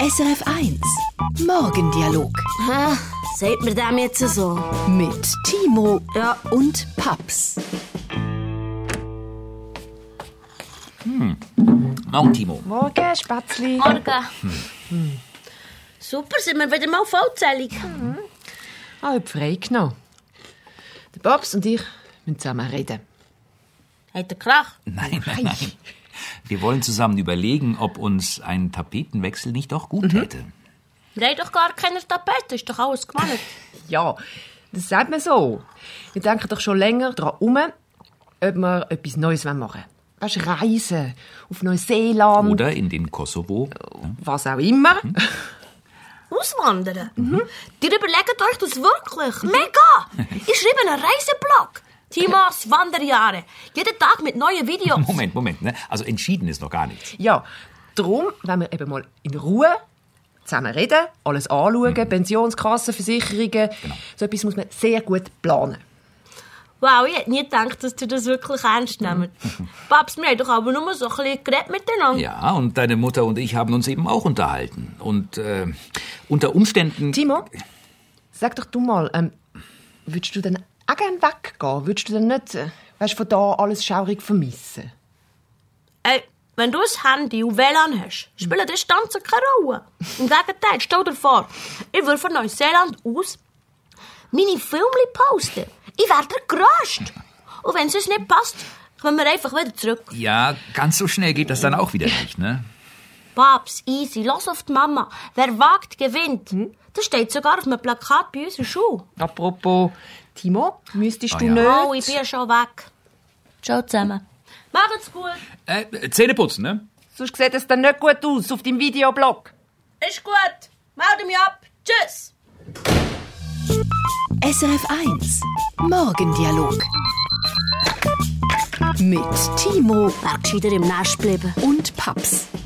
SRF 1 Morgendialog Ah, sagt mir dem jetzt so? mit Timo Ja. und Paps. Morgen, Timo. Morgen, Spatzli. Morgen. Super, sind wir wieder mal vollzählig. Halb frei genommen. Ah, Der Babs und ich müssen zusammen reden. Hat der Krach? Nein, nein, nein. Wir wollen zusammen überlegen, ob uns ein Tapetenwechsel nicht auch gut täte. Wir haben doch gar keine Tapete, ist doch alles gemacht. Ja, das sagt man so. Wir denken doch schon länger daran um, ob wir etwas Neues machen wollen. Weißt, reisen, auf Neuseeland, Oder in den Kosovo. was auch immer. Auswandern? Mhm. Ihr überlegt euch das wirklich? Mega! Ich schreibe einen Reiseblog. Timos Wanderjahre. Jeden Tag mit neuen Videos. Moment, Moment. Ne? Also entschieden ist noch gar nichts. Ja, darum wenn wir eben mal in Ruhe zusammen reden, alles anschauen, Pensionskassen, Versicherungen. So etwas muss man sehr gut planen. Wow, ich hätte nie gedacht, dass ihr das wirklich ernst nehmt. Babs, wir haben doch aber nur so ein bisschen geredet miteinander. Ja, und deine Mutter und ich haben uns eben auch unterhalten. Und äh, unter Umständen. Timo, sag doch du mal, ähm, würdest du denn auch gerne weggehen? Würdest du denn nicht, äh, weißt, von da alles schaurig vermissen? Ey, wenn du ein Handy und WLAN hast, spielen Distanzen keine Rolle. Im Gegenteil, stell dir vor, ich würde von Neuseeland aus meine Filme posten. Ich wäre der Größte. Und wenn es uns nicht passt, kommen wir einfach wieder zurück. Ja, ganz so schnell geht das dann auch wieder nicht, ne? Babs, easy, los auf die Mama. Wer wagt, gewinnt. Das steht sogar auf einem Plakat bei unserer Schule. Apropos, Timo, müsstest Ah, du ja. Oh, ich nicht? bin schon weg. Ciao zusammen. Macht's gut. Äh, äh, Zähne putzen, ne? Sonst sieht es dann nicht gut aus auf deinem Videoblog. Ist gut. Melde mich ab. Tschüss. SRF 1 Morgendialog mit Timo Wärst du wieder im Nest geblieben. und Paps.